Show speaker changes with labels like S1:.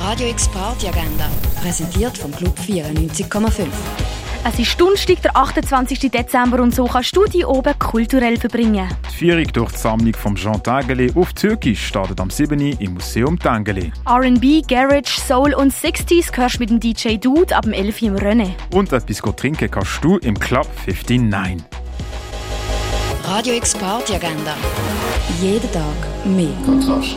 S1: Radio X Party Agenda, präsentiert vom Club 94,5.
S2: Es ist Donnerstag, der 28. Dezember und so kannst du die oben kulturell verbringen.
S3: Die Führung durch die Sammlung von Jean Tangeli auf Türkisch startet am 7. Uhr im Museum Tangeli.
S2: R&B, Garage, Soul und 60s hörst du mit dem DJ Dude ab dem 11 Uhr im Rennen.
S3: Und etwas trinken kannst du im Club 59.
S1: Radio X Party Agenda. Jeden Tag mehr.
S4: Kontrast.